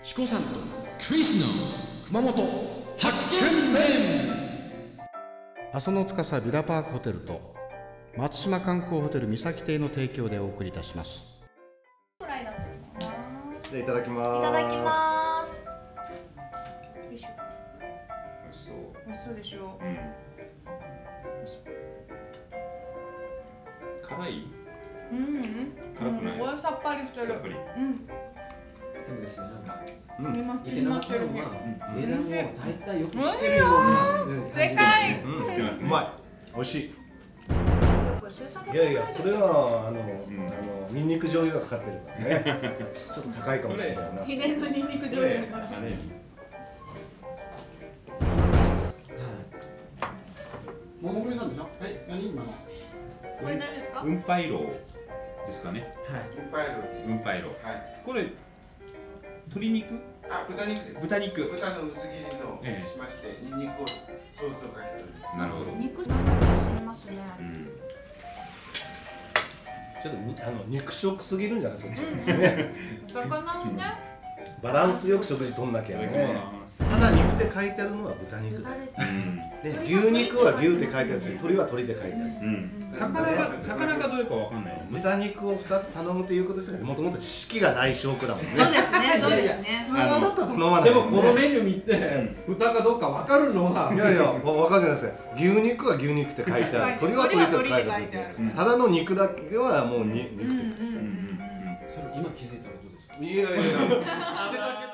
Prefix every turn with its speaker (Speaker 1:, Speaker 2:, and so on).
Speaker 1: チコさんとクリスの熊本発見面
Speaker 2: 阿蘇の司ビラパークホテルと松島観光ホテル三崎邸の提供でお送りいたします
Speaker 3: ぐらいだったのか
Speaker 4: じゃあいただきま
Speaker 3: な。
Speaker 4: す。
Speaker 3: いただきます。よいしょ。
Speaker 4: 美味しそう。
Speaker 3: 美味しそうでしょ。
Speaker 4: うん。辛い？
Speaker 3: うんうん。
Speaker 4: 辛くない
Speaker 3: うん、これさっぱりして
Speaker 4: や
Speaker 3: る
Speaker 4: っぱ。り。
Speaker 3: うん。
Speaker 5: なんですよ、なんか、
Speaker 4: う
Speaker 3: 見
Speaker 4: ん。
Speaker 3: ます。
Speaker 5: 池
Speaker 3: 見
Speaker 5: 永
Speaker 3: ます
Speaker 5: さん
Speaker 3: よ。
Speaker 5: は、
Speaker 4: うん
Speaker 5: 値段を大体よく知ってるような、うん感じです
Speaker 3: 世
Speaker 5: ね
Speaker 3: 界。
Speaker 4: うん。してますうね。まい。美味しい。
Speaker 3: これ水産
Speaker 6: いやいや、これは
Speaker 4: ん
Speaker 6: あの、あのニンニク醤油がかかってるから ね。ちょっと高いかもしれないな。
Speaker 3: 秘伝のニンニク醤油だから。
Speaker 4: あれ。
Speaker 1: 桃栗さんでしょはい何今の
Speaker 3: これ何ですか？
Speaker 4: 運搬炉ですかね。
Speaker 5: はい
Speaker 7: いっぱいある
Speaker 4: 運搬炉。
Speaker 7: はい
Speaker 4: これ鶏肉？
Speaker 7: あ豚肉です
Speaker 4: 豚肉。
Speaker 7: 豚の薄切りの
Speaker 4: ええ
Speaker 7: しましてニンニクをソースをかけて
Speaker 4: なるほど。
Speaker 3: 肉進めますね。
Speaker 4: うん。
Speaker 6: ちょっとにあの肉食すぎるんじゃないです
Speaker 3: お
Speaker 6: か。
Speaker 3: 魚もね。
Speaker 6: バランスよく食事とんなき
Speaker 4: い
Speaker 6: ゃ
Speaker 4: ただきま
Speaker 6: ね。
Speaker 4: す。
Speaker 6: ただ肉で書いてあるのは豚肉だ
Speaker 3: 豚
Speaker 6: よ。
Speaker 3: です
Speaker 4: う
Speaker 3: ね。
Speaker 4: ん。
Speaker 6: ね、牛肉は牛って書いてあるし、鶏は鶏って書いてある。
Speaker 4: うん。魚が魚がどれかわかんない。
Speaker 6: 豚肉を二つ頼むということですけど、もともと知識がない証拠だもんね。
Speaker 3: そうですね。そうですね。
Speaker 6: 普通はだったら頼まない
Speaker 5: で
Speaker 6: よ
Speaker 5: も、
Speaker 6: ね
Speaker 5: このメニュー見て、豚かどうかわかるのは、
Speaker 6: いやいや、わかるじゃないですか。牛肉は牛肉って書いてある。
Speaker 3: 鳥
Speaker 6: 鶏
Speaker 3: は
Speaker 6: は
Speaker 3: 鳥っ
Speaker 6: 鶏ってて
Speaker 3: 書
Speaker 6: 書
Speaker 3: い
Speaker 6: い
Speaker 3: て
Speaker 6: て
Speaker 3: ある
Speaker 6: ある。ただの肉だけはもうに肉って
Speaker 3: うんうんうんうん。
Speaker 5: それ今気づいたことですか
Speaker 7: いやいやいや知ってたけど